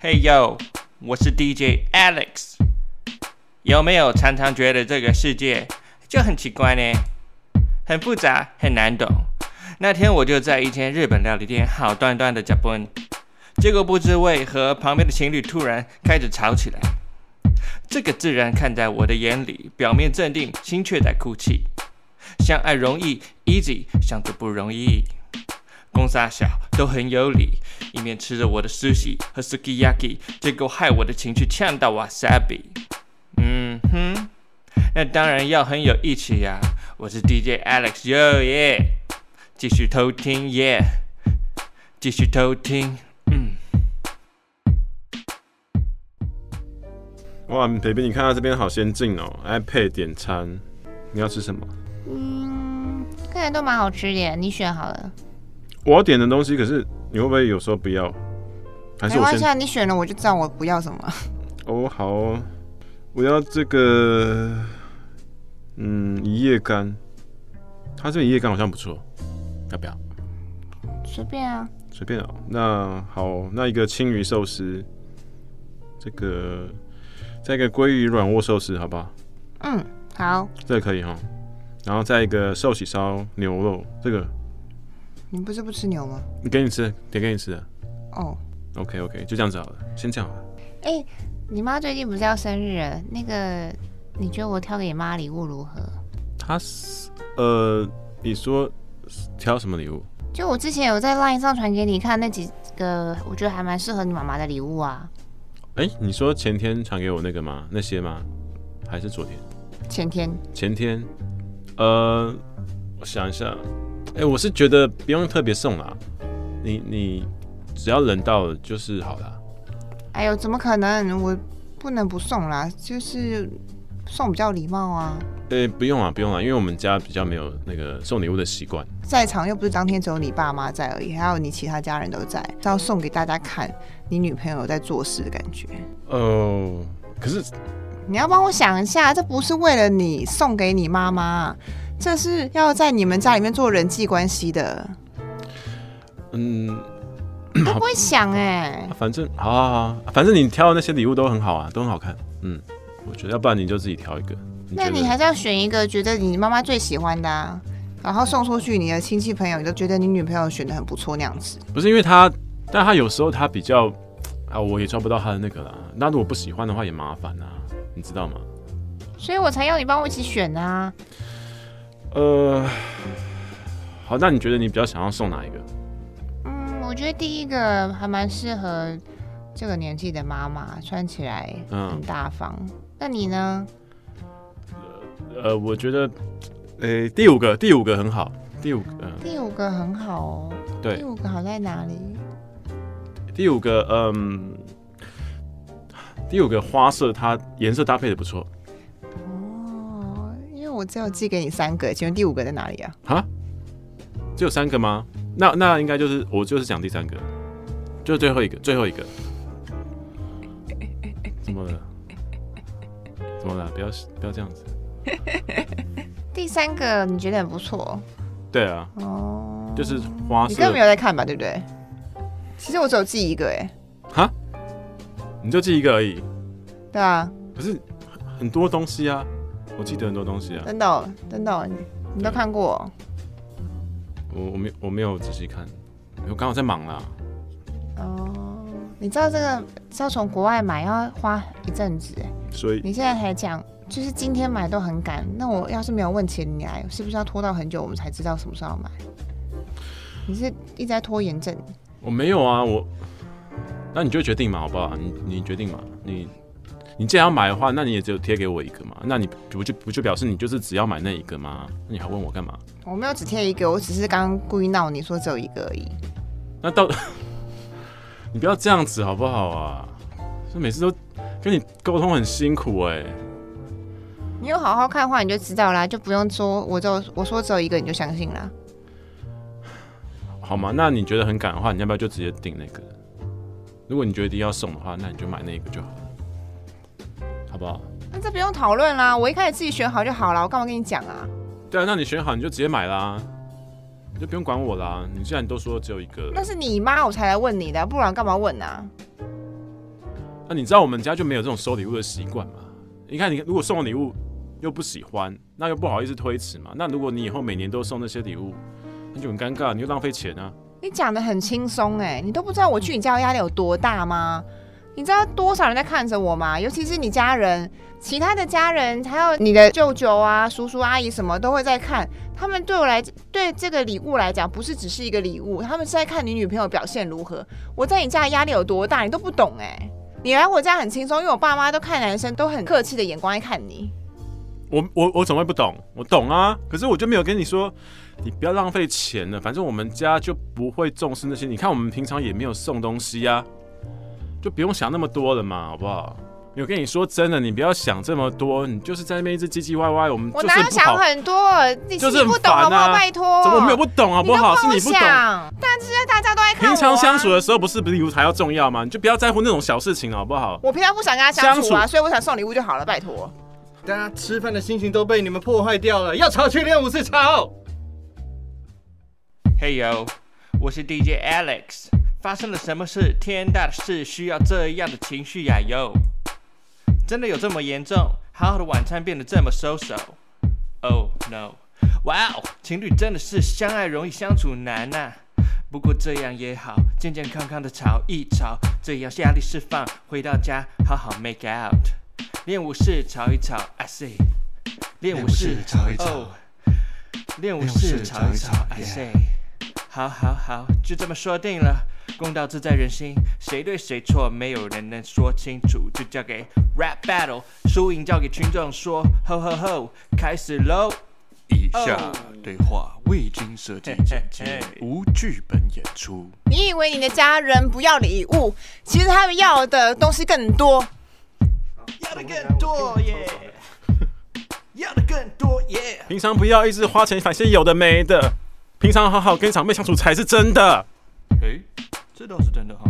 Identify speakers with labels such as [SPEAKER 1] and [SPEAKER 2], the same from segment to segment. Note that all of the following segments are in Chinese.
[SPEAKER 1] Hey yo，我是 DJ Alex。有没有常常觉得这个世界就很奇怪呢？很复杂，很难懂。那天我就在一间日本料理店好端端的加班，结果不知为何旁边的情侣突然开始吵起来。这个自然看在我的眼里，表面镇定，心却在哭泣。相爱容易，easy，相处不容易。公傻小都很有理，一面吃着我的 sushi 和 sukiyaki，结果害我的情绪呛到 wasabi。嗯哼，那当然要很有义气呀、我是 DJ Alex，哟耶！继续偷听耶继续偷听。
[SPEAKER 2] 哇，北北，你看到这边好先进哦！iPad 点餐，你要吃什么？
[SPEAKER 3] 嗯，看起来都蛮好吃的耶，你选好了。
[SPEAKER 2] 我要点的东西，可是你会不会有时候不要？还是
[SPEAKER 3] 没
[SPEAKER 2] 我
[SPEAKER 3] 关系
[SPEAKER 2] 先？
[SPEAKER 3] 啊，你选了我就知道我不要什么。
[SPEAKER 2] 哦，好哦我要这个，嗯，一夜干，它这个一夜干好像不错，要不要？
[SPEAKER 3] 随便啊，
[SPEAKER 2] 随便哦。那好，哦那一个青鱼寿司，这个再一个鲑鱼软卧寿司，好不好？
[SPEAKER 3] 嗯，好，
[SPEAKER 2] 这个可以哈。哦然后再一个寿喜烧牛肉，这个
[SPEAKER 3] 你不是不吃牛吗？
[SPEAKER 2] 给你吃，点给你吃的。啊
[SPEAKER 3] 哦，
[SPEAKER 2] OK OK，就这样子好了，先这样好了。
[SPEAKER 3] 哎、你妈最近不是要生日了？那个，你觉得我挑给你妈礼物如何？
[SPEAKER 2] 他是呃，你说挑什么礼物？
[SPEAKER 3] 就我之前有在 LINE 上传给你看那几个，我觉得还蛮适合你妈妈的礼物啊。
[SPEAKER 2] 哎、你说前天传给我那个吗？那些吗？还是昨天？
[SPEAKER 3] 前天
[SPEAKER 2] 前天？呃，我想一下，哎、我是觉得不用特别送啦，你你只要人到了就是好啦。
[SPEAKER 3] 哎呦，怎么可能？我不能不送啦，就是送比较礼貌啊。
[SPEAKER 2] 哎、不用啊，不用啊，因为我们家比较没有那个送礼物的习惯。
[SPEAKER 3] 在场又不是当天只有你爸妈在而已，还有你其他家人都在，是要送给大家看你女朋友在做事的感觉。
[SPEAKER 2] 哦、可是
[SPEAKER 3] 你要帮我想一下，这不是为了你送给你妈妈，这是要在你们家里面做人际关系的。
[SPEAKER 2] 嗯，
[SPEAKER 3] 都不会想哎、
[SPEAKER 2] 啊反正好好好啊，反正你挑的那些礼物都很好啊，都很好看。嗯，我觉得要不然你就自己挑一个。
[SPEAKER 3] 那
[SPEAKER 2] 觉得
[SPEAKER 3] 你还是要选一个觉得你妈妈最喜欢的、啊，然后送出去，你的亲戚朋友你都觉得你女朋友选的很不错那样子。
[SPEAKER 2] 不是因为他，但他有时候他比较啊，我也抓不到他的那个啦。那如果不喜欢的话也麻烦啊，你知道吗？
[SPEAKER 3] 所以我才要你帮我一起选啊！
[SPEAKER 2] 呃，好，那你觉得你比较想要送哪一个？
[SPEAKER 3] 嗯，我觉得第一个还蛮适合这个年纪的妈妈，穿起来
[SPEAKER 2] 嗯
[SPEAKER 3] 很大方。那你呢？
[SPEAKER 2] 呃，我觉得，呃、第五个，第五个很好，第五个，嗯、
[SPEAKER 3] 第五个很好哦。第
[SPEAKER 2] 对，
[SPEAKER 3] 五个好在哪里？
[SPEAKER 2] 第五个，嗯、第五个花色它颜色搭配的不错
[SPEAKER 3] 哦，因为我只有寄给你三个，请问第五个在哪里啊？
[SPEAKER 2] 啊，只有三个吗？那那应该就是我就是讲第三个，就是最后一个，最后一个，怎么了？怎么了？不要不要这样子。
[SPEAKER 3] 第三个你觉得很不错
[SPEAKER 2] 对啊，
[SPEAKER 3] 哦，
[SPEAKER 2] 就是花
[SPEAKER 3] 你
[SPEAKER 2] 色
[SPEAKER 3] 根本，没有在看吧，对不对？其实我只有寄一个，哎，
[SPEAKER 2] 你就记一个而已。
[SPEAKER 3] 对啊，
[SPEAKER 2] 可是很多东西啊，我记得很多东西啊，
[SPEAKER 3] 真的哦真的哦，你你都看过哦
[SPEAKER 2] 我我没我没有仔细看，我刚好在忙啦。嗯
[SPEAKER 3] 哦。你知道这个是要从国外买要花一阵子，哎，
[SPEAKER 2] 所以
[SPEAKER 3] 你现在才讲，就是今天买都很赶，那我要是没有问起你来，是不是要拖到很久我们才知道什么时候要买？你是一直在拖延症。
[SPEAKER 2] 我没有啊，我那你就决定嘛，好不好？你你决定嘛，你你既然要买的话，那你也只有贴给我一个嘛，那你不就不就表示你就是只要买那一个吗？那你还问我干嘛？
[SPEAKER 3] 我没有只贴一个，我只是刚刚故意闹你说只有一个而已。
[SPEAKER 2] 那到 你不要这样子好不好啊？就每次都跟你沟通很辛苦哎、
[SPEAKER 3] 你有好好看的话，你就知道啦，就不用说我就我说只有一个，你就相信啦。
[SPEAKER 2] 好吗？那你觉得很赶的话，你要不要就直接订那个？如果你觉得一定要送的话，那你就买那个就好了，好不好？
[SPEAKER 3] 那这不用讨论啦，我一开始自己选好就好了，我干嘛跟你讲啊？
[SPEAKER 2] 对啊，那你选好你就直接买啦，你就不用管我啦。你既然都说只有一个，
[SPEAKER 3] 那是你妈我才来问你的，不然干嘛问啊？
[SPEAKER 2] 那你知道我们家就没有这种收礼物的习惯嘛？你看，你如果送的礼物又不喜欢，那又不好意思推迟嘛。那如果你以后每年都送那些礼物，那就很尴尬，你就浪费钱啊。
[SPEAKER 3] 你讲的很轻松哎，你都不知道我去你家的压力有多大吗？你知道多少人在看着我吗？尤其是你家人，其他的家人，还有你的舅舅啊、叔叔阿姨什么都会在看。他们对我来，对这个礼物来讲，不是只是一个礼物，他们是在看你女朋友表现如何。我在你家的压力有多大，你都不懂哎。你来我家很轻松，因为我爸妈都看男生都很客气的眼光在看你。
[SPEAKER 2] 我我我怎么会不懂？我懂啊，可是我就没有跟你说，你不要浪费钱了。反正我们家就不会重视那些，你看我们平常也没有送东西呀、啊，就不用想那么多了嘛，好不好？有跟你说真的，你不要想这么多，你就是在那边一直唧唧歪歪，我们
[SPEAKER 3] 我
[SPEAKER 2] 就是
[SPEAKER 3] 哪有
[SPEAKER 2] 不
[SPEAKER 3] 想
[SPEAKER 2] 好。
[SPEAKER 3] 很多？你
[SPEAKER 2] 就是
[SPEAKER 3] 你不
[SPEAKER 2] 很
[SPEAKER 3] 懂
[SPEAKER 2] 烦
[SPEAKER 3] 好不好？
[SPEAKER 2] 啊
[SPEAKER 3] 拜托，
[SPEAKER 2] 怎么没有不懂好
[SPEAKER 3] 你
[SPEAKER 2] 不
[SPEAKER 3] 都
[SPEAKER 2] 好？是
[SPEAKER 3] 帮我
[SPEAKER 2] 你不懂。
[SPEAKER 3] 想但是大家都在看我、啊。
[SPEAKER 2] 平常相处的时候，不是比礼物还要重要吗？你就不要在乎那种小事情了，好不好？
[SPEAKER 3] 我平常不想跟他相处啊，所以我想送礼物就好了，拜托。
[SPEAKER 4] 大家吃饭的心情都被你们破坏掉了，要吵去练武室吵。
[SPEAKER 1] 嘿呦，我是 DJ Alex，发生了什么事？天大的事需要这样的情绪呀、哟！真的有这么严重？好好的晚餐变得这么收手？Oh no！哇哦，情侣真的是相爱容易相处难呐、不过这样也好，健健康康的吵一吵，这样压力释放，回到家好好 make out，练武室吵一吵，I see，练武室
[SPEAKER 4] 吵一
[SPEAKER 1] 哦，练武室吵一哎吵，I say。好好好，就这么说定了。公道自在人心，谁对谁错，没有人能说清楚，就交给 rap battle，输赢交给群众说。吼吼吼，开始喽！
[SPEAKER 5] 以下
[SPEAKER 1] 哦
[SPEAKER 5] 对话未经设计剪辑
[SPEAKER 1] 嘿嘿嘿，
[SPEAKER 5] 无剧本演出。
[SPEAKER 3] 你以为你的家人不要礼物，其实他们要的东西更多。
[SPEAKER 1] 要的更多耶， 要的更多耶。
[SPEAKER 2] 平常不要一直花钱买些有的没的，平常好好跟长辈相处才是真的。
[SPEAKER 1] 诶，这倒是真的哈、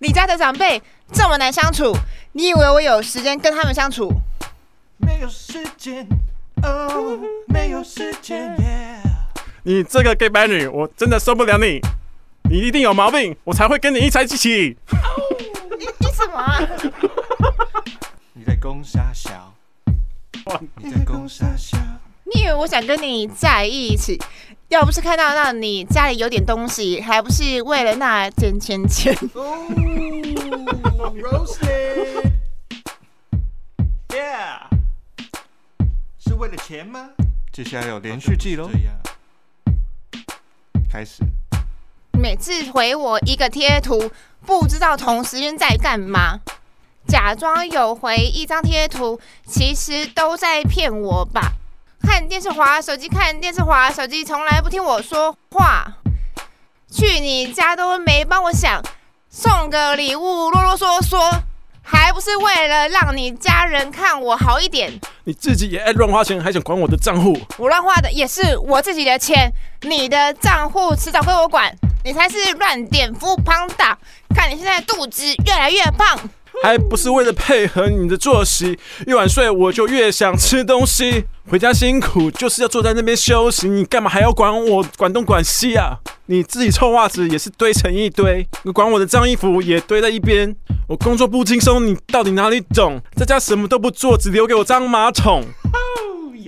[SPEAKER 3] 你家的长辈这么难相处，你以为我有时间跟他们相处？
[SPEAKER 1] 没有时间， 哦，没有时间耶。
[SPEAKER 2] 你这个 gay 白女，我真的受不了你，你一定有毛病，我才会跟你一在一起。
[SPEAKER 3] 你你什么、啊？
[SPEAKER 1] 你在攻杀小，你在攻杀小。
[SPEAKER 3] 你以为我想跟你在一起？要不是看到那你家里有点东西，还不是为了那钱钱钱？
[SPEAKER 1] 哦，roasted。Yeah，是为了钱吗？
[SPEAKER 5] 接下来有连续剧喽
[SPEAKER 1] 这，样，
[SPEAKER 5] 开始。
[SPEAKER 3] 每次回我一个贴图，不知道同时间在干嘛，假装有回一张贴图，其实都在骗我吧。看电视滑手机，看电视滑手机，从来不听我说话。去你家都没帮我想，送个礼物啰啰嗦嗦，还不是为了让你家人看我好一点。
[SPEAKER 2] 你自己也爱乱花钱，还想管我的账户？
[SPEAKER 3] 我乱花的也是我自己的钱，你的账户迟早归我管，你才是乱点夫胖大。看你现在肚子越来越胖，
[SPEAKER 2] 还不是为了配合你的作息，越晚睡我就越想吃东西。回家辛苦就是要坐在那边休息，你干嘛还要管我管东管西啊？你自己臭袜子也是堆成一堆，你管我的脏衣服也堆在一边。我工作不轻松，你到底哪里懂？在家什么都不做，只留给我脏马桶。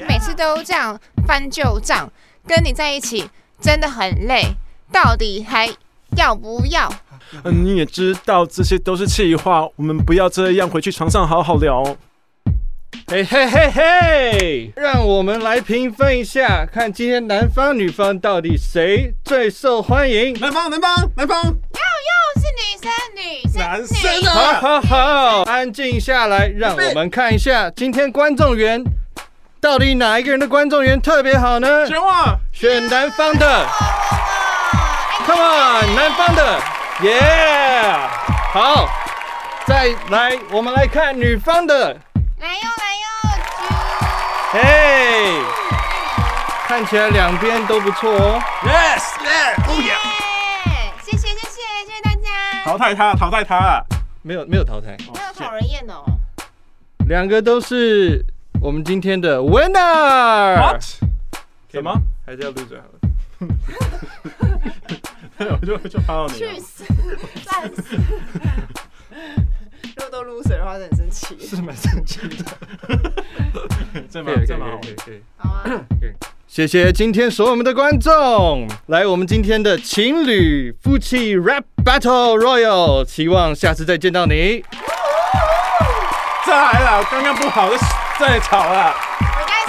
[SPEAKER 3] 每次都这样翻旧账，跟你在一起真的很累，到底还要不要？
[SPEAKER 2] 嗯，你也知道这些都是气话，我们不要这样，回去床上好好聊。
[SPEAKER 4] 嘿嘿嘿嘿，让我们来评分一下，看今天男方女方到底谁最受欢迎。
[SPEAKER 2] 南方，南方，南方，
[SPEAKER 3] 又是女生，女生，
[SPEAKER 2] 男生
[SPEAKER 3] 女生
[SPEAKER 2] 啊！
[SPEAKER 4] 好好好，安静下来，让我们看一下今天观众缘到底哪一个人的观众缘特别好呢？
[SPEAKER 2] 绝望。
[SPEAKER 4] 选南方的，Come on，南方的，Yeah，好，再来，我们来看女方的，
[SPEAKER 3] 来哟来哟，
[SPEAKER 4] 嘿、看起来两边都不错哦。
[SPEAKER 2] Yes, yes, oh
[SPEAKER 3] 耶
[SPEAKER 2] yeah！
[SPEAKER 3] 谢谢谢谢谢谢大家，
[SPEAKER 2] 淘汰他，淘汰他。
[SPEAKER 4] 没有没有淘汰，
[SPEAKER 3] 那有讨人厌哦。
[SPEAKER 4] 两个都是我们今天的 winner。
[SPEAKER 2] 什么？
[SPEAKER 4] 还是要 loser 好了。
[SPEAKER 2] 我就就发到你了啊
[SPEAKER 3] 去。死， 烂死！ 如果都 loser 的话，真的很生气。
[SPEAKER 4] 是蛮生气的。
[SPEAKER 2] 这
[SPEAKER 4] 可
[SPEAKER 2] 蛮
[SPEAKER 4] 以可
[SPEAKER 2] 这
[SPEAKER 4] 以
[SPEAKER 2] 蛮好
[SPEAKER 4] 可以可以。
[SPEAKER 3] 好啊，
[SPEAKER 4] 谢谢今天所有我们的观众，来我们今天的情侣夫妻 rap battle royal，希望下次再见到你。
[SPEAKER 2] 再来了，刚刚不好，再再吵了。
[SPEAKER 3] 我应该